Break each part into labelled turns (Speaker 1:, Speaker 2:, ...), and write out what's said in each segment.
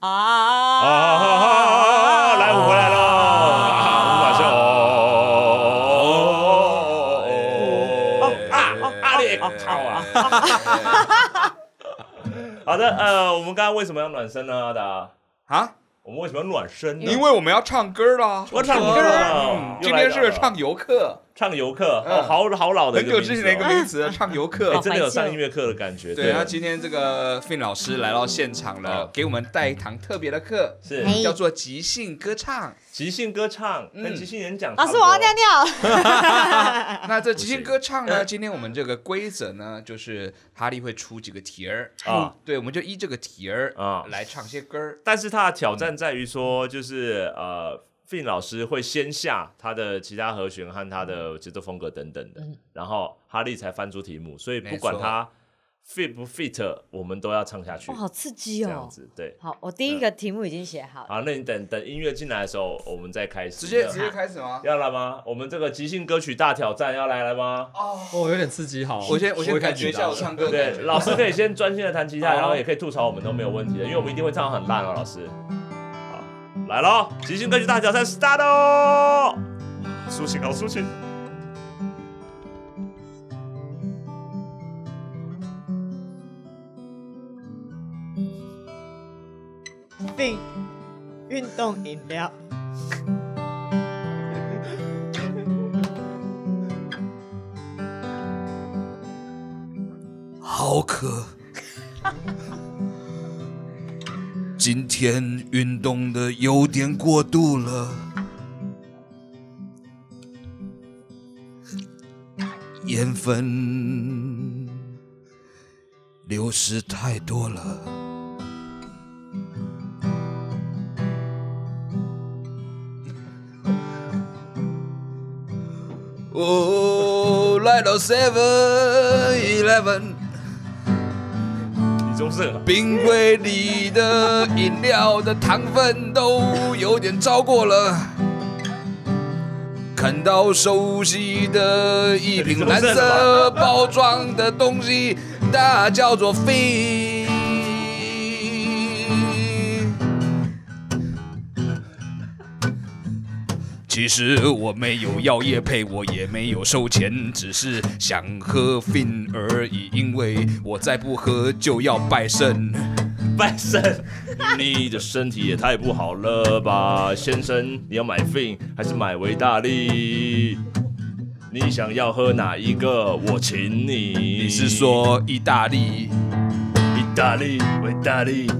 Speaker 1: 啊
Speaker 2: 啊！来，我回来了，五马笑。阿力，靠啊！好的，呃，我们刚刚为什么要暖身呢？阿达，
Speaker 3: 啊，
Speaker 2: 我们为什么要暖身呢？
Speaker 3: 因为我们要唱歌啦。
Speaker 2: 我唱歌
Speaker 3: 嗯，今天是唱游客，
Speaker 2: 唱游客，哦，好好老的，
Speaker 3: 很久之前的一个名词，唱游客
Speaker 2: 哎，。真的有上音乐课的感觉。
Speaker 3: 对，那今天这个 Fin 老师来到现场了
Speaker 2: 嗯，
Speaker 3: 给我们带一堂特别的课，
Speaker 2: 是
Speaker 1: 哎
Speaker 3: 叫做即兴歌唱。
Speaker 2: 即兴歌唱跟
Speaker 3: 嗯
Speaker 2: 即兴演讲。
Speaker 1: 老师，我要尿尿。
Speaker 3: 那这即兴歌唱呢？今天我们这个规则呢，就是哈利会出几个题儿，
Speaker 2: 啊。
Speaker 3: 对，我们就依这个题儿
Speaker 2: 啊
Speaker 3: 来唱些歌儿。
Speaker 2: 但是他的挑
Speaker 3: 嗯
Speaker 2: 战在于说，就是呃，Fin 老师会先下他的其他和弦和他的节奏风格等等的，然后哈利才翻出题目，所以不管
Speaker 3: 嗯没错
Speaker 2: 他 fit 不 fit，我们都要唱下去
Speaker 1: 哇，，好刺激
Speaker 2: 这样
Speaker 1: 哦！
Speaker 2: 子对。
Speaker 1: 好，我第一个题目已经写好了。
Speaker 2: 好，那你等等音乐进来的时候，我们再开始。
Speaker 3: 直接
Speaker 2: 那
Speaker 3: 直接开始吗？
Speaker 2: 要了吗？我们这个即兴歌曲大挑战要来了吗？
Speaker 4: 哦，有点刺激，好，
Speaker 3: 我先我先
Speaker 4: 会
Speaker 3: 感
Speaker 4: 看
Speaker 3: 觉一下
Speaker 4: 紧张
Speaker 3: 我
Speaker 4: 了。
Speaker 3: 唱歌的感
Speaker 2: 对，
Speaker 3: 觉。
Speaker 2: 老师可以先专心的弹吉他，
Speaker 4: 好
Speaker 2: 然后也可以吐槽我们都没有问题的，因为我们一定会唱得很烂哦，老师。好，来喽，即兴歌曲大挑战 start 哦！抒情好抒情。
Speaker 5: 定运动饮料。
Speaker 3: 好渴。今天运动的有点过度了，盐分流失太多了。哦，来到 Seven Eleven。
Speaker 2: 李宗盛啊，
Speaker 3: 冰柜里的饮料的糖分都有点超过了。看到熟悉的一瓶蓝色包装的东西，它叫做飞。其实我没有要夜配，我也没有收钱，只是想喝 fin 而已，因为我再不喝就要拜肾。
Speaker 2: 拜神，你的身体也太不好了吧，先生，你要买 Fin 还是买维大利？你想要喝哪一个？我请你。
Speaker 3: 你是说意大利？
Speaker 2: 意大利、维大利？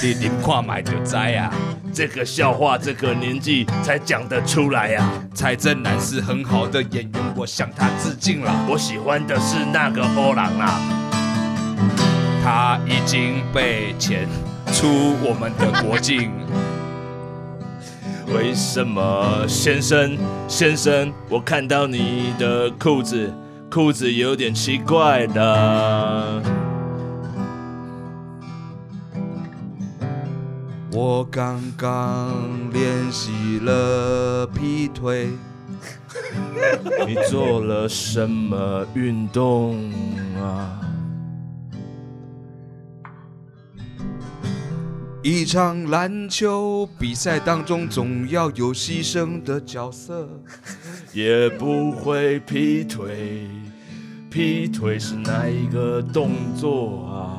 Speaker 3: 你你看买就知啊，
Speaker 2: 这个笑话，这个年纪才讲得出来呀、啊。
Speaker 3: 蔡正南是很好的演员，我向他致敬了。
Speaker 2: 我喜欢的是那个欧郎啊。
Speaker 3: 他已经被遣出我们的国境。
Speaker 2: 为什么，先生，先生，我看到你的裤子，裤子有点奇怪的。
Speaker 3: 我刚刚练习了劈腿，
Speaker 2: 你做了什么运动啊？
Speaker 3: 一场篮球比赛当中总要有牺牲的角色。
Speaker 2: 也不会劈腿，劈腿是哪一个动作啊？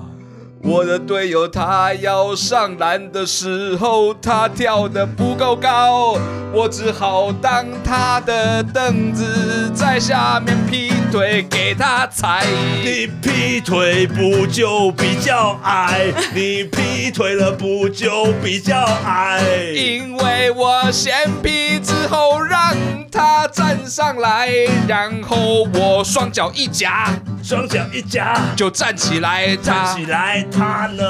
Speaker 3: 我的队友他要上篮的时候，他跳得不够高，我只好当他的凳子，在下面劈腿给他踩。
Speaker 2: 你劈腿不就比较矮？你劈腿了不就比较矮？
Speaker 3: 因为我先劈之后让他站上来，然后我双脚一夹
Speaker 2: 双脚一夹，
Speaker 3: 就站起来，
Speaker 2: 站
Speaker 3: 他
Speaker 2: 起来，他呢？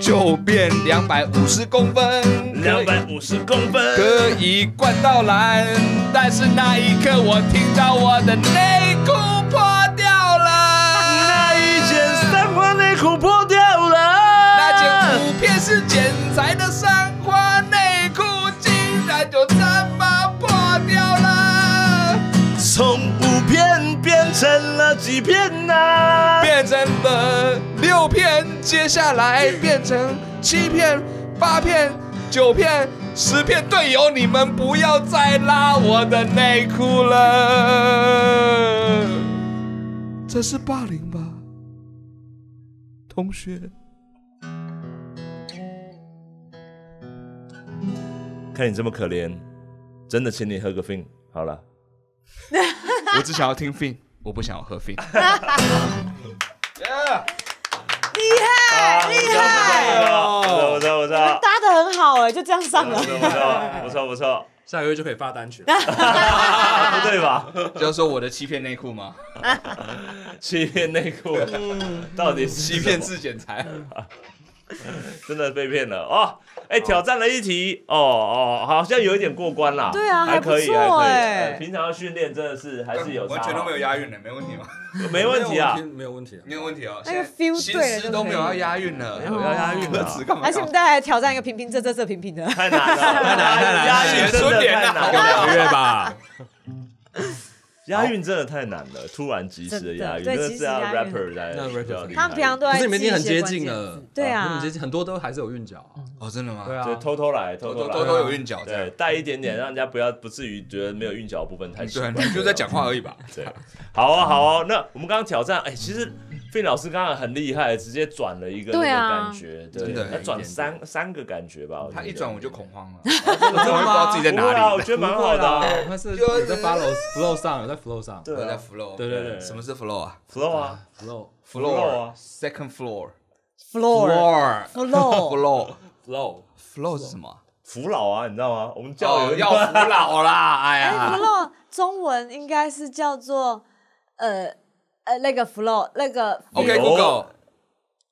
Speaker 3: 就变两百五十公分，
Speaker 2: 两百五十公分。
Speaker 3: 可以灌到蓝，但是那一刻我听到我的内裤破掉
Speaker 2: 那
Speaker 3: 了，
Speaker 2: 一件三花内裤破掉了，那
Speaker 3: 那件图片是剪裁的三花内裤，竟然就这么破掉了，
Speaker 2: 从五片变成了几片呐、
Speaker 3: 变成了六六片，接下来变成七片、八片、九片、十片。队友，你们不要再拉我的内裤了，这是霸凌吧，同学？
Speaker 2: 看你这么可怜，真的请你喝个 fin 好了。
Speaker 3: 我只想要听 fin，我不想要喝 fin。
Speaker 2: 厉害，不错不错不错不错
Speaker 5: 搭的很好哎、就这样上了。
Speaker 2: 不错不错不错，
Speaker 4: 下个月就可以发单曲了。
Speaker 2: 不对吧？
Speaker 3: 就是说我的欺骗内裤吗？
Speaker 2: 欺骗内裤，到底是
Speaker 3: 欺骗自检材。
Speaker 2: 真的被骗了哦！哎、挑战了一题哦哦，好像有一点过关啦。
Speaker 1: 对啊
Speaker 2: 还可以，
Speaker 1: 还不错
Speaker 2: 还可以。
Speaker 1: 哎
Speaker 2: 呃平常要训练真的是还是有差，
Speaker 3: 完全都没有押韵的，没问题吗？
Speaker 2: 有，没问题啊。
Speaker 4: 没有问题啊。
Speaker 3: 没有问题哦。
Speaker 1: 那个
Speaker 3: 现在
Speaker 1: feel
Speaker 3: 新
Speaker 1: 对了
Speaker 3: 诗
Speaker 1: 就
Speaker 3: 都
Speaker 1: 可
Speaker 3: 没有
Speaker 1: 以
Speaker 3: 要押韵了，
Speaker 2: 没有要押韵
Speaker 3: 歌
Speaker 2: 啊
Speaker 3: 词干嘛
Speaker 5: 还是我
Speaker 3: 要
Speaker 5: 们？再来挑战一个平平仄仄仄平平的，
Speaker 2: 太难了，太
Speaker 4: 难太难
Speaker 2: 押韵真的太
Speaker 3: 太
Speaker 2: 难
Speaker 3: 难
Speaker 2: 了，
Speaker 3: 了
Speaker 4: 两个月吧，
Speaker 2: 押韵真的太难了，突然及时的押韵，
Speaker 1: 真的对
Speaker 2: 真的
Speaker 1: 其
Speaker 2: 是
Speaker 1: 实
Speaker 2: 要
Speaker 1: 押韵
Speaker 2: rapper 来
Speaker 4: 那
Speaker 2: 比
Speaker 4: rapper
Speaker 2: 较
Speaker 4: 才
Speaker 2: 厉害。
Speaker 1: 他们平常都
Speaker 4: 可
Speaker 1: 在
Speaker 4: 是你们已
Speaker 1: 记一
Speaker 4: 经很
Speaker 1: 些
Speaker 4: 接
Speaker 1: 关键
Speaker 4: 近
Speaker 1: 字
Speaker 4: 了。
Speaker 1: 对
Speaker 4: 你们
Speaker 1: 啊
Speaker 4: 接，近很多都还是有韵脚啊。
Speaker 3: 哦，真的吗？
Speaker 4: 对
Speaker 2: 对
Speaker 4: 啊，
Speaker 2: 偷偷来，偷偷
Speaker 3: 都都
Speaker 2: 来，
Speaker 3: 都都有韵脚
Speaker 2: 对
Speaker 3: 在。，
Speaker 2: 带一点点，让人家不要不至于觉得没有韵脚的部分太奇
Speaker 3: 对
Speaker 2: 怪
Speaker 3: 啊，。你就在讲话而已吧。
Speaker 2: 对，好啊，好啊。那我们刚刚挑战，哎、其实费老师刚刚很厉害，直接转了一个那个
Speaker 1: 对啊
Speaker 2: 感觉，对
Speaker 3: 真的
Speaker 2: 他转三三个感觉吧。我觉
Speaker 3: 他
Speaker 2: 得
Speaker 3: 一转我就恐慌了，我怎么会不知道自己在
Speaker 2: 不会啊
Speaker 3: 哪
Speaker 2: 我
Speaker 3: 里？
Speaker 2: 觉得蛮好的、 啊。
Speaker 4: 但是有在 follow flow 上，有在 flow 上
Speaker 3: 我
Speaker 2: 对
Speaker 3: 在
Speaker 2: 啊
Speaker 3: flow。
Speaker 4: 对对对
Speaker 3: 什么是 flow 啊
Speaker 2: flow 啊，
Speaker 4: flow。
Speaker 2: floor 啊
Speaker 3: ？Second floor。
Speaker 1: floor
Speaker 3: floor。
Speaker 1: floor
Speaker 3: flow。
Speaker 4: flow
Speaker 3: flow 是什么？
Speaker 2: 扶老啊，你知道吗？我们教
Speaker 3: 哦，
Speaker 2: 友
Speaker 3: 要服老啦！
Speaker 1: 哎
Speaker 3: 哎呀，
Speaker 1: floor 中文应该是叫做呃呃那个 floor 那个
Speaker 3: OK
Speaker 2: 有
Speaker 3: Google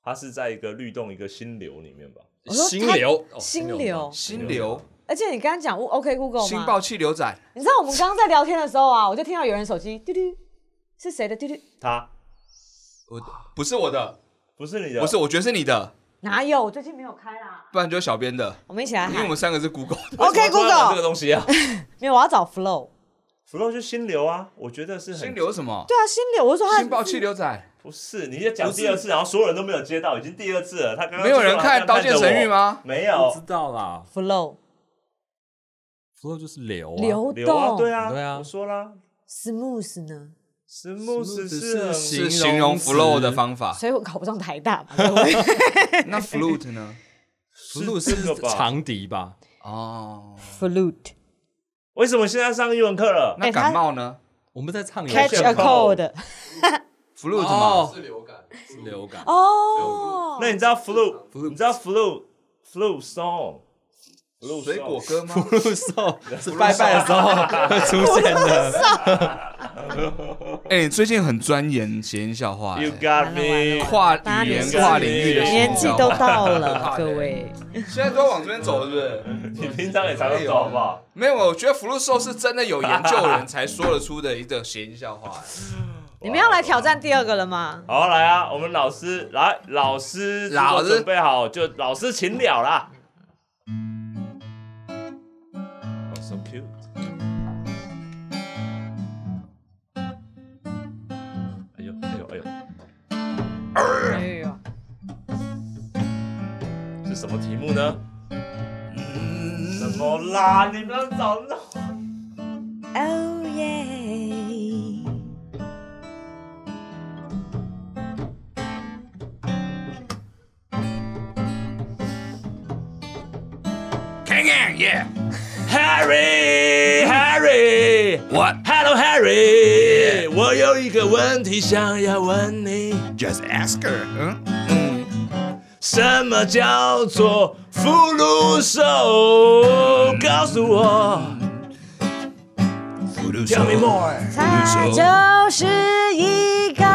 Speaker 2: 它是在一个律动一个心流里面吧？
Speaker 1: 我说
Speaker 4: 心
Speaker 1: 他
Speaker 4: 流哦
Speaker 1: 心
Speaker 4: 心流
Speaker 1: 流
Speaker 4: 吧，
Speaker 3: 心流
Speaker 1: 而且你刚刚讲 OK Google
Speaker 3: 心
Speaker 1: 吗？
Speaker 3: 爆气流斩，
Speaker 1: 你知道我们刚刚在聊天的时候啊，我就听到有人手机嘟嘟，是谁的嘟嘟？
Speaker 2: 它
Speaker 3: 我不是我的，
Speaker 2: 不是你的，
Speaker 3: 不是，我觉得是你的，
Speaker 1: 哪有？我最近没有开啦。
Speaker 3: 不然就是小编的，
Speaker 1: 我们一起来
Speaker 3: 因为我
Speaker 1: 喊
Speaker 3: 们三个是 Google 的。
Speaker 2: 为什么
Speaker 1: OK
Speaker 2: 突然玩这个
Speaker 1: Google。
Speaker 2: 东西啊。
Speaker 1: 没有，我要找 flow。
Speaker 2: flow 就心流啊，我觉得是很
Speaker 3: 心流是什么？
Speaker 1: 对啊，心流，我就说
Speaker 3: 心爆
Speaker 1: 他
Speaker 3: 气流斩，
Speaker 2: 不是，你在讲第二次，然后所有人都没有接到，已经第二次了。他刚刚
Speaker 3: 没有人看
Speaker 2: 嗯就这样
Speaker 3: 刀剑
Speaker 2: 着
Speaker 3: 神域
Speaker 2: 我
Speaker 3: 吗
Speaker 2: 没
Speaker 4: 我
Speaker 2: 有
Speaker 4: 知，道啦
Speaker 1: flow
Speaker 4: ，flow 就是流啊
Speaker 1: 流
Speaker 2: 流啊，
Speaker 1: 动，
Speaker 2: 对啊，
Speaker 4: 对啊
Speaker 2: 我说啦
Speaker 1: smooth 呢？
Speaker 2: ，smooth
Speaker 4: 是
Speaker 2: 是很
Speaker 4: 形
Speaker 3: 是形容
Speaker 4: 词
Speaker 3: flow 的方 法。
Speaker 1: 所以我考不上台大嘛。
Speaker 3: 那 flute 呢？
Speaker 4: ，flow
Speaker 2: 是这
Speaker 4: 是
Speaker 2: 个吧
Speaker 4: 长笛吧？
Speaker 3: 哦，
Speaker 1: flute
Speaker 2: 为什么现在上英文课了？
Speaker 3: 那感冒呢
Speaker 4: 我们在唱流
Speaker 1: catch a
Speaker 2: Catch a
Speaker 1: cold。
Speaker 3: ？flute
Speaker 4: 哦
Speaker 3: 嘛，
Speaker 4: 是流感，是流感。
Speaker 1: 哦，
Speaker 2: 那你知道 flu，
Speaker 4: Flute
Speaker 2: 你知道 flu flu song，flu
Speaker 3: 水果
Speaker 2: song
Speaker 3: 歌吗？
Speaker 4: Blue Soul 是拜拜的时候会出现的。
Speaker 3: 哎，你最近很钻研谐音笑话，
Speaker 2: ，You
Speaker 3: 哎
Speaker 2: got
Speaker 1: 完
Speaker 2: me，
Speaker 1: 了
Speaker 3: 跨
Speaker 1: 大家
Speaker 3: 语言、
Speaker 1: 年纪
Speaker 3: 跨领域的谐
Speaker 1: 年
Speaker 3: 音
Speaker 1: 纪
Speaker 3: 笑
Speaker 1: 都
Speaker 3: 话。
Speaker 1: 到了，各 位。
Speaker 3: 现在都要往这边走，是不是？
Speaker 2: 你平常也常常走好不好？
Speaker 3: 没有，我觉得 flute show 是真的有研究的人才说得出的一个谐音笑话。哎
Speaker 1: 你们要来挑战第二个了吗？
Speaker 2: 好，来啊！我们老师来，老师如果
Speaker 3: 老师
Speaker 2: 准备好，就老师请了啦。Oh, so cute. 哎呦哎呦哎呦，
Speaker 1: 哎呦，
Speaker 2: 是什么题目呢？
Speaker 3: 哎
Speaker 2: 什么啦？你不要找那种。
Speaker 1: 哦耶！
Speaker 3: King and yeah,
Speaker 2: Harry Harry，
Speaker 3: what?
Speaker 2: Hello Harry，我有一个问题想要问你，
Speaker 3: Just ask her. 嗯，
Speaker 2: 什么叫做俘虏手？告诉我，Tell me more。
Speaker 1: 它就是一个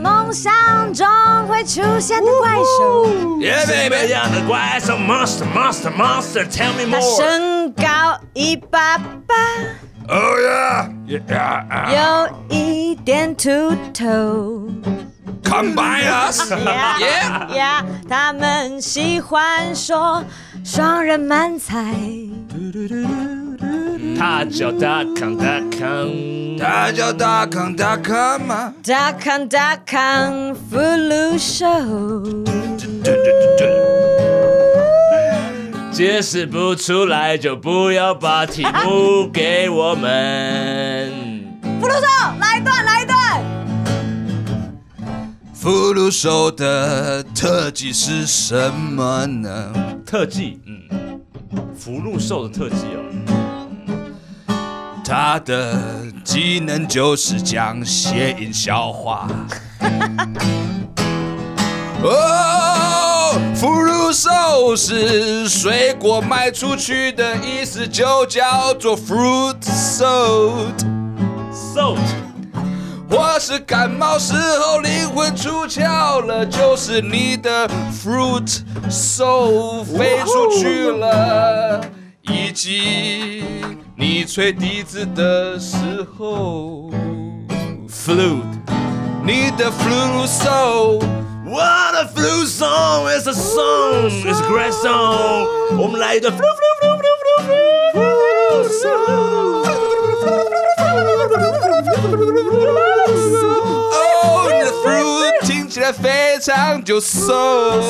Speaker 1: 梦想中会出现的怪兽，
Speaker 2: Yeah baby，样的怪兽 monster monster monster，Tell me
Speaker 1: 它
Speaker 2: more。
Speaker 1: 身高一八八，
Speaker 2: Oh yeah，
Speaker 1: 有一点秃头。
Speaker 3: Come by us.
Speaker 1: 呀呀，他们喜欢说双人漫才，
Speaker 2: 他叫大康大康，
Speaker 3: 他叫大康大康吗？
Speaker 1: 大康大康俘虏手。
Speaker 2: 解释不出来就不要把题目给我们。
Speaker 1: 福禄寿，来一段，来一段。
Speaker 3: 福禄寿的特技是什么呢？
Speaker 2: 特技，嗯，福禄寿的特技哦，
Speaker 3: 他的技能就是讲谐音笑话。 哦，福禄寿是水果卖出去的意思，就叫做 fruit sold。
Speaker 2: 寿
Speaker 3: 或是感冒时候灵魂出窍了，就是你的 fruit soul 飞出去了，以及你吹笛子的时候
Speaker 2: flute。
Speaker 3: 你的 flute soul。
Speaker 2: What a flu song is a song, is a great song。我们来一段 flu flu flu flu flu flu song。
Speaker 3: 哦，你的 flute 听起来非常就 soul。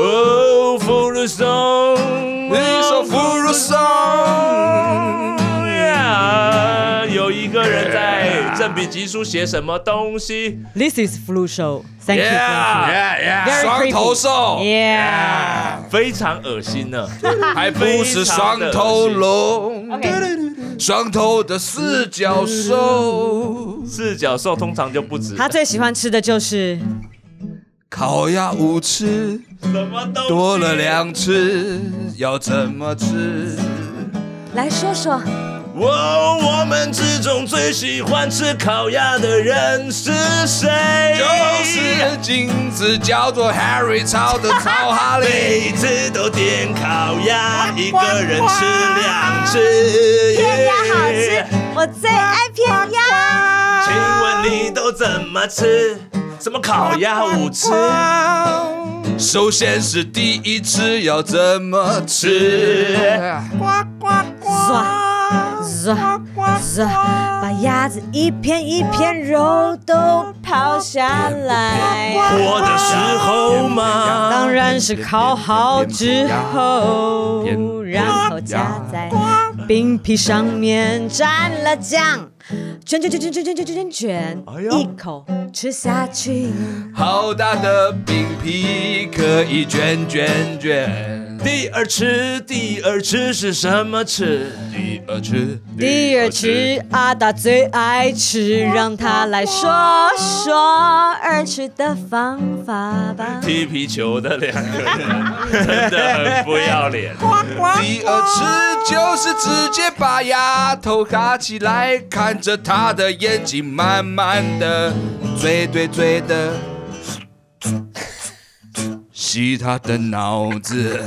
Speaker 2: 哦，福禄寿，
Speaker 3: 一首 flute song。
Speaker 2: 呀，有一个人在正比级数写什么东西？
Speaker 5: This is flu show. Thank you. thank
Speaker 3: Yeah, yeah，
Speaker 5: Very
Speaker 3: 双头
Speaker 5: creepy
Speaker 3: 兽
Speaker 5: you.。Yeah.
Speaker 2: 非常恶心 呢。
Speaker 3: 还不是双头龙
Speaker 5: OK，
Speaker 3: 双头的四角兽，
Speaker 2: 四角兽通常就不止
Speaker 5: 他最喜欢吃的就是
Speaker 3: 烤鸭五吃，
Speaker 2: 什么东西
Speaker 3: 多了两吃，要怎么吃？
Speaker 1: 来说说，
Speaker 2: 哦，我们之中最喜欢吃烤鸭的人是谁？
Speaker 3: 就是镜子叫做 Harry 超的超哈利
Speaker 2: 每，次都点烤鸭，一个人吃两只。
Speaker 1: 片鸭好吃，我最爱片鸭。
Speaker 2: 请问你都怎么吃？什么烤鸭五吃？
Speaker 3: 首先是第一次要怎么吃？
Speaker 1: 唰唰唰，把鸭子一片一片肉都
Speaker 5: 抛下来，
Speaker 2: 活的时候吗？
Speaker 5: 当然是烤好之后，然后加在冰皮上面沾了酱，卷卷卷卷卷卷卷卷卷
Speaker 2: 哎，呦
Speaker 5: 一口吃下去。
Speaker 3: 好大的饼皮可以卷卷卷。
Speaker 2: 第二吃，第二吃是什么吃？
Speaker 3: 第二吃，
Speaker 5: 第二吃阿达最爱吃，让他来说说二吃的方法吧。
Speaker 2: 踢皮球的两个人真的很不要脸。
Speaker 3: 第二次就是直接把丫头卡起来，看着她的眼睛，慢慢的追追追的，洗她的脑子，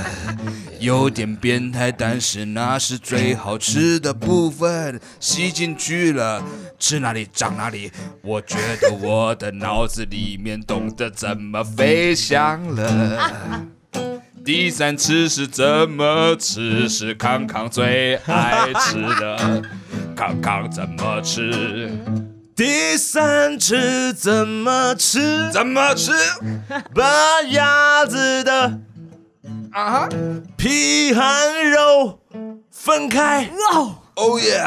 Speaker 3: 有点变态，但是那是最好吃的部分，吸进去了，吃哪里长哪里。我觉得我的脑子里面懂得怎么飞翔了。第三次是怎么吃？是康康最爱吃的。康康怎么吃？
Speaker 2: 第三吃怎么吃？
Speaker 3: 怎么吃？
Speaker 2: 把鸭子的
Speaker 3: 啊哈！
Speaker 2: 皮和肉分开，
Speaker 3: 哦耶！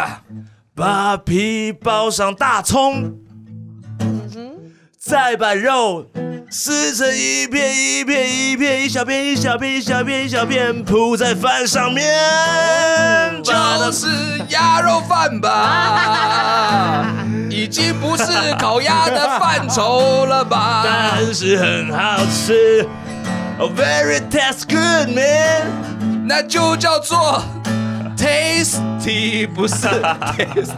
Speaker 2: 把皮包上大葱，
Speaker 3: 嗯
Speaker 2: 再把肉撕成一片一片一片一小片一小片一小片一小片铺在饭上面，
Speaker 3: 就
Speaker 2: 把它
Speaker 3: 是鸭肉饭吧，已经不是烤鸭的范畴了吧？
Speaker 2: 但是很好吃。Oh, very tastes good, man.
Speaker 3: 那就叫做 tasty，不是 taste，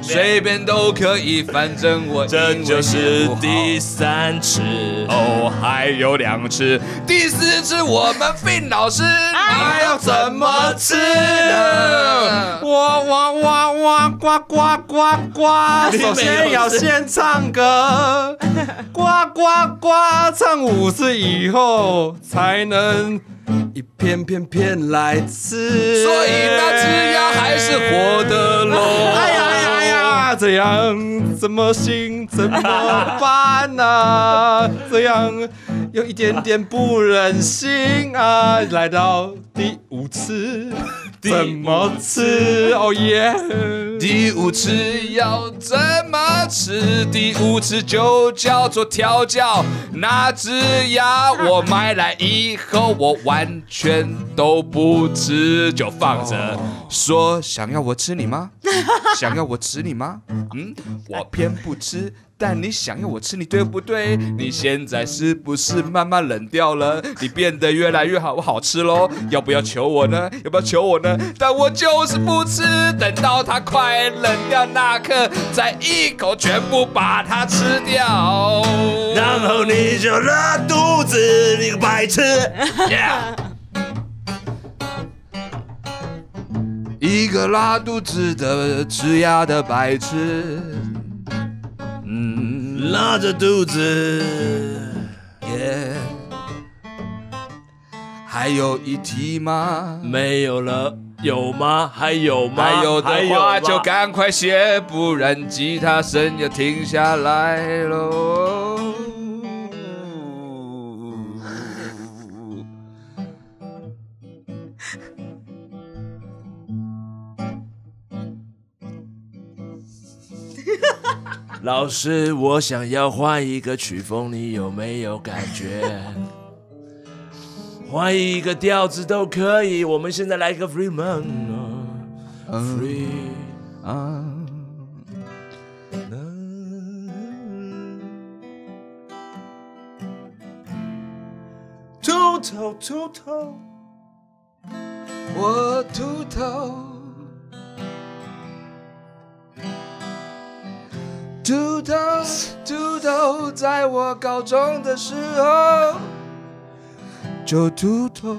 Speaker 3: 随便都可以，反正我
Speaker 2: 这就是第
Speaker 3: 第
Speaker 2: 三吃。
Speaker 3: 哦，还有两次，第四次我们费老师，你要怎么 吃呢？
Speaker 4: 哇哇哇哇呱呱呱呱！首先要先唱歌，呱呱呱，唱五次以后才能一片片片来吃。
Speaker 3: 所以那只鸭还是活的喽。
Speaker 4: 哎呀哎呀哎呀！这啊样怎么行？怎么办呢、这样有一点点不忍心啊，来到第五次，怎么吃？哦耶！
Speaker 3: 第五次要怎么吃？第五次就叫做调教。那只鸭我买来以后，我完全都不吃，就放
Speaker 4: 哦
Speaker 3: 着。说想要我吃你吗？ 想要我吃你吗？嗯，我偏不吃。但你想要我吃你，对不对？你现在是不是慢慢冷掉了？你变得越来越好好吃喽？要不要求我呢？要不要求我呢？但我就是不吃，等到它快冷掉那刻，再一口全部把它吃掉。
Speaker 2: 然后你就拉肚子，你个白 痴！
Speaker 3: Yeah 一个拉肚子的吃鸭的白痴。嗯。
Speaker 2: 拉着肚子，
Speaker 3: 耶，还有一题吗？
Speaker 2: 没有了，有吗？还有吗？
Speaker 3: 还有的话
Speaker 2: 吗
Speaker 3: 就赶快写，不然吉他声要停下来喽。
Speaker 2: 老师，我想要换一个曲风，你有没有感觉？换一个调子都可以。我们现在来个 free man 啊，free
Speaker 3: 啊，
Speaker 2: 秃头秃头，
Speaker 3: 我秃头，秃头，秃头，在我高中的时候就秃头。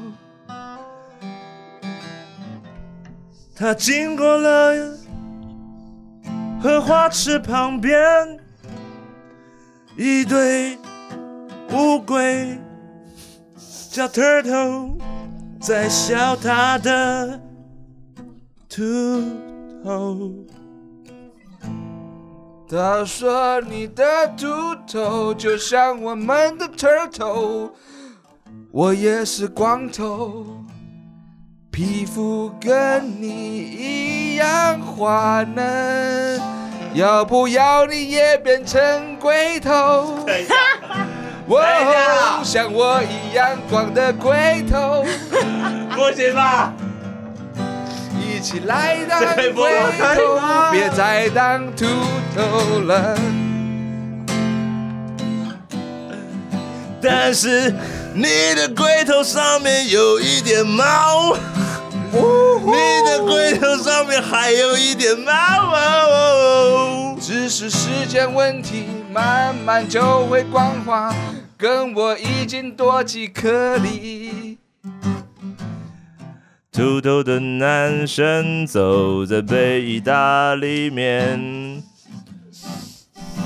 Speaker 2: 他经过了荷花池旁边一对乌龟，叫 turtle，在笑他的秃头。
Speaker 3: 他说：“你的秃头就像我们的 turtle，我也是光头，皮肤跟你一样滑嫩，要不要你也变成龟头？”我像我一样光的龟头，
Speaker 2: 不行吧？
Speaker 3: 一起来当
Speaker 2: 这
Speaker 3: 龟
Speaker 2: 一波我看
Speaker 3: 头，啊别再当秃头了。
Speaker 2: 但是你的龟头上面有一点毛，你的龟头上面还有一点毛哦。
Speaker 3: 只是时间问题，慢慢就会光滑。跟我已经多几颗粒。
Speaker 2: 秃头的男生走在北意大里面，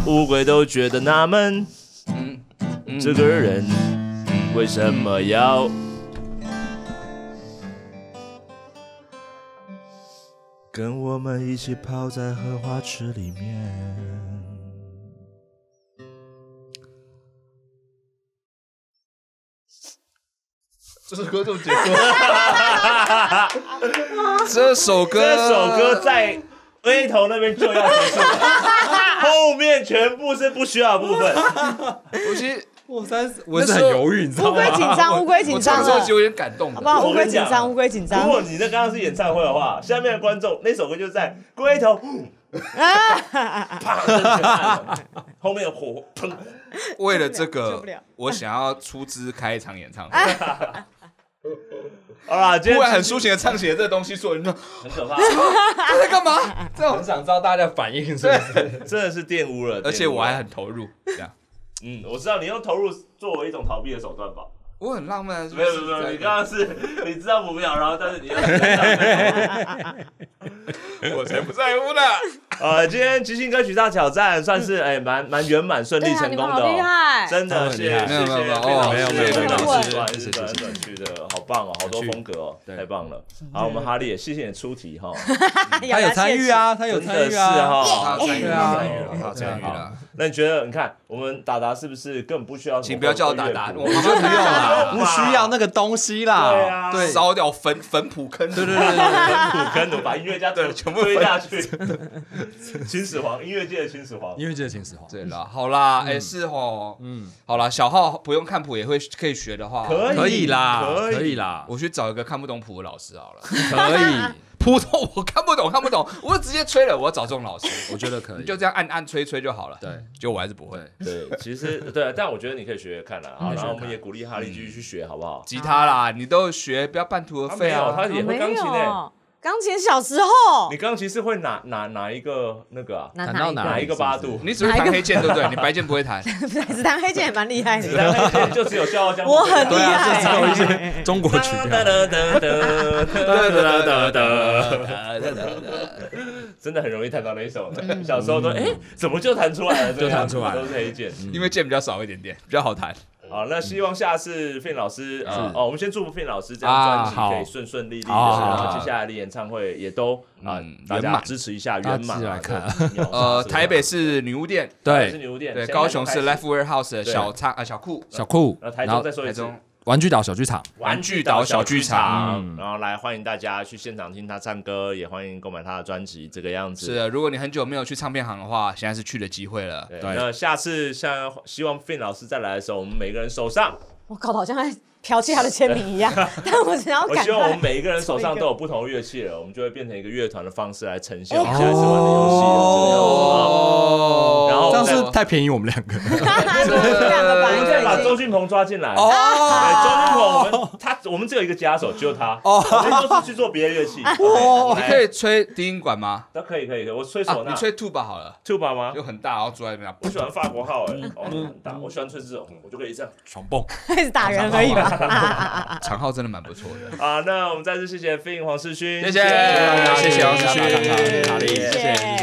Speaker 2: 乌龟都觉得纳闷，这个人为什么要跟我们一起泡在荷花池里面？
Speaker 3: 这首歌这么结束？ 这首歌，
Speaker 2: 这首歌在 A 头那边就要结束 了，后面全部是不需要的部 分。
Speaker 3: 我其实
Speaker 4: 我在我在犹豫，你知道
Speaker 5: 乌龟紧
Speaker 4: 吗？
Speaker 5: 张，乌龟
Speaker 3: 我
Speaker 5: 紧
Speaker 3: 唱
Speaker 5: 张
Speaker 3: 的时候
Speaker 5: 了
Speaker 3: 其实，有点感动
Speaker 5: 好
Speaker 3: 的
Speaker 5: 不。好？乌
Speaker 2: 我跟
Speaker 5: 龟
Speaker 2: 你
Speaker 5: 紧
Speaker 2: 讲
Speaker 5: 张，乌龟紧
Speaker 2: 如
Speaker 5: 张。
Speaker 2: 果你那刚刚是演唱会的话，下面的观众那首歌就在龟 头，啪，就全按了后面有火砰，
Speaker 3: 为了这
Speaker 5: 受
Speaker 3: 个
Speaker 5: 不了，
Speaker 3: 我想要出资开一场演唱会。
Speaker 2: 好啦，今
Speaker 3: 忽
Speaker 2: 天
Speaker 3: 然很抒情的唱起了这东西，所有人说
Speaker 2: 很 可怕，
Speaker 3: 他在干嘛？这种，
Speaker 4: 想知道大家反应是不是？
Speaker 2: 真的是玷污了。
Speaker 3: 而且
Speaker 2: 玷污了
Speaker 3: 我还很投入，这样
Speaker 2: 嗯，我知道你用投入作为一种逃避的手段吧？
Speaker 3: 我很浪漫。是不
Speaker 2: 没
Speaker 3: 是
Speaker 2: 有没有没有，你刚刚是你知道不秒，然后但 是你要。
Speaker 3: 我才不在乎呢。
Speaker 2: 呃，今天即兴歌曲大挑战算是哎蛮蛮圆满顺利
Speaker 5: 对啊
Speaker 2: 成
Speaker 5: 你
Speaker 2: 功
Speaker 5: 们
Speaker 2: 的
Speaker 5: 好厉
Speaker 2: 哦，
Speaker 5: 害！
Speaker 2: 真的
Speaker 4: 真的很
Speaker 2: 谢
Speaker 4: 厉
Speaker 2: 谢
Speaker 4: 害
Speaker 2: 谢谢
Speaker 3: 没有没有没有
Speaker 2: 费老师
Speaker 5: 哦没有没有没
Speaker 2: 费
Speaker 5: 有谢谢
Speaker 2: 老师转
Speaker 4: 谢谢
Speaker 2: 转转去的好棒哦，好多
Speaker 4: 有趣
Speaker 2: 风格哦，
Speaker 4: 对
Speaker 2: 太棒了。好，我们哈利也谢谢你的出题哈，
Speaker 5: 哎
Speaker 4: 他有参与啊，他有
Speaker 2: 真
Speaker 4: 参
Speaker 2: 的
Speaker 4: 与
Speaker 2: 是
Speaker 4: 啊，
Speaker 2: 哈，
Speaker 3: 参与
Speaker 4: 对
Speaker 3: 了，
Speaker 4: 啊
Speaker 3: 参与了，他参与
Speaker 2: 好
Speaker 3: 了。
Speaker 2: 那你觉得，你看我们达达是不是根本不需要什么
Speaker 3: 请不要叫我达达
Speaker 2: 乐谱
Speaker 3: 我妈妈
Speaker 4: 不用 啦，
Speaker 2: 不
Speaker 4: 不需要那个东西啦，
Speaker 2: 对啊
Speaker 4: 对
Speaker 3: 烧掉坟坟圃坑，对对
Speaker 2: 土坑奴把音乐家推全部推下去。秦始皇，音乐界的秦始皇，
Speaker 4: 音乐界的秦始皇，
Speaker 3: 对啦，好啦，哎是哦，
Speaker 4: 嗯，
Speaker 3: 好啦，小号不用看谱也会可以学的话，
Speaker 2: 可以
Speaker 4: 可以啦，
Speaker 2: 可以
Speaker 4: 可以啦，
Speaker 3: 我去找一个看不懂谱的老师好了。
Speaker 4: 可以，
Speaker 3: 普通我看不懂，看不懂，我就直接吹了。我要找这种老师，
Speaker 4: 我觉得可以，
Speaker 3: 你就这样按按吹吹就好了。
Speaker 4: 对，
Speaker 3: 就我还是不会
Speaker 2: 对，其实对啊，但我觉得你可以学学看啦。好，
Speaker 4: 嗯
Speaker 2: 然后我们也鼓励哈利继续去学，好不好？
Speaker 3: 吉他啦，你都学，不要半途而
Speaker 2: 他
Speaker 3: 废
Speaker 2: 没有，
Speaker 3: 啊。
Speaker 2: 他也会
Speaker 5: 哦没
Speaker 2: 钢琴诶。
Speaker 5: 有，钢琴小时候
Speaker 2: 你钢琴是会哪哪哪一个那个啊？
Speaker 5: 哪
Speaker 4: 谈到
Speaker 2: 哪
Speaker 4: 哪
Speaker 2: 一个八度？
Speaker 3: 你只会弹黑键对不对？你白键不会弹，
Speaker 5: 子弹黑键也蛮厉害
Speaker 2: 你
Speaker 5: 的，
Speaker 2: 那天就只有笑傲江 湖。
Speaker 5: 我很厉
Speaker 4: 对啊，
Speaker 5: 害
Speaker 4: 这只有一些中国曲
Speaker 2: 哒哒
Speaker 4: 调，
Speaker 2: 哒哒哒哒 哒哒，真的很容易弹到那一首，
Speaker 5: 嗯
Speaker 2: 小时候都哎，怎么就弹出来了？啊
Speaker 4: 就弹出来了
Speaker 2: 都是黑键。
Speaker 3: 因为键比较少一点点，比较好弹。
Speaker 2: 好，那希望下次费老师啊
Speaker 4: 是，
Speaker 2: 哦，我们先祝福费老师这张
Speaker 4: 啊
Speaker 2: 专辑可以
Speaker 4: 好
Speaker 2: 顺顺利利的，
Speaker 4: 好
Speaker 2: 然后
Speaker 3: 好
Speaker 2: 接下来的演唱会也都啊
Speaker 3: 嗯，
Speaker 2: 大
Speaker 3: 圆
Speaker 2: 家
Speaker 3: 满
Speaker 2: 支持一下
Speaker 4: 大家
Speaker 2: 圆满
Speaker 4: 自己
Speaker 2: 啊
Speaker 4: 来看
Speaker 2: 对 鸟巢
Speaker 3: 呃，
Speaker 2: 是吧
Speaker 3: 台北是女巫店，
Speaker 2: 台北是
Speaker 4: 对，
Speaker 2: 牛店，
Speaker 3: 对，
Speaker 2: 现在
Speaker 3: 高雄
Speaker 2: 就
Speaker 3: 是
Speaker 2: 开
Speaker 3: Life
Speaker 2: 始，
Speaker 3: Warehouse 的小仓啊小库，
Speaker 4: 小酷，
Speaker 2: 然后台
Speaker 4: 然
Speaker 2: 中
Speaker 4: 后
Speaker 2: 再说一
Speaker 3: 台
Speaker 2: 次，
Speaker 3: 中
Speaker 4: 玩具岛小剧场，
Speaker 2: 玩具岛小剧场，然后来欢迎大家去现场听他唱歌，也欢迎购买他的专辑，这个样子。
Speaker 3: 是啊的。如果你很久没有去唱片行的话，现在是去的机会了。
Speaker 2: 对，
Speaker 4: 对
Speaker 2: 那下次像希望费老师再来的时候，我们每个人手上，
Speaker 5: 我搞得好像在剽窃他的签名一样，但我只要
Speaker 2: 我
Speaker 5: 赶
Speaker 2: 希望我们
Speaker 5: 快。
Speaker 2: 每一个人手上都有不同的乐器了，我们就会变成一个乐团的方式来呈现我们下次玩的游戏了这个样子啊。
Speaker 3: 哦
Speaker 2: 然后
Speaker 4: 这样
Speaker 2: 再
Speaker 4: 是太便宜我们两 个，
Speaker 5: 这两个
Speaker 2: 我
Speaker 5: 版
Speaker 2: 们
Speaker 5: 就
Speaker 2: 再把
Speaker 5: 已经
Speaker 2: 周俊鹏抓进来。 啊
Speaker 3: 哦，
Speaker 2: 对，周俊鹏，我们他我们只有一个吉他手，只有他，我们都是去做别的乐器。
Speaker 3: 哦，
Speaker 2: OK，
Speaker 3: 你
Speaker 2: 来
Speaker 3: 可以吹低音管吗？
Speaker 2: 那可以可以可以，我吹
Speaker 3: 啊
Speaker 2: 唢，呐，
Speaker 3: 你吹 tuba 好了，
Speaker 2: tuba 吗
Speaker 3: 就？很大，然后坐在那边。
Speaker 2: 我喜欢法国号哎，哦很大，我喜欢吹这种，我就可以这样。
Speaker 4: 爽蹦，
Speaker 5: 开始打人而已吧。啊
Speaker 3: 长号真的蛮不错的。
Speaker 2: 啊，那我们再次谢谢飞影黄世勋，
Speaker 3: 谢谢大家谢谢黄世勋
Speaker 2: 哈利
Speaker 5: 谢谢谢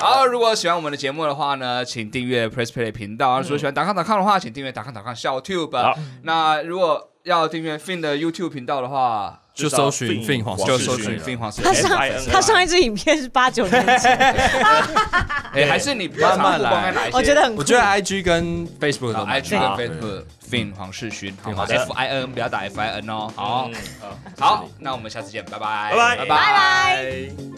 Speaker 3: 好，如果喜欢我们的节目的话呢，请订阅 Press Play 频道。啊如果喜欢打康打康的话，请订阅打康打康小 Tube
Speaker 2: 嗯好。
Speaker 3: 那如果要订阅 Fin 的 YouTube 频道的话，
Speaker 4: 就搜寻 Fin 黄世
Speaker 2: 哦
Speaker 3: 就
Speaker 4: 勋
Speaker 3: 搜寻
Speaker 2: 了
Speaker 3: Fin 黄世
Speaker 5: 他
Speaker 3: 勋。
Speaker 5: 上
Speaker 2: FINR
Speaker 5: 他上一支影片是八九年前，
Speaker 3: 哎，还是你比较常曝光在哪一些？
Speaker 5: 我觉得很酷
Speaker 4: 我觉得 IG 跟 Facebook 都
Speaker 3: 好
Speaker 4: 蛮
Speaker 3: IG
Speaker 4: 大的
Speaker 3: 跟 Facebook Fin 黄世勋，好吗
Speaker 4: 好的
Speaker 3: ？F I N 不要打 F I N 哦。好
Speaker 2: 嗯，好，
Speaker 3: 好，那我们下次见，拜拜，
Speaker 2: 拜拜
Speaker 3: 拜
Speaker 5: 拜。
Speaker 3: 拜。
Speaker 2: 拜。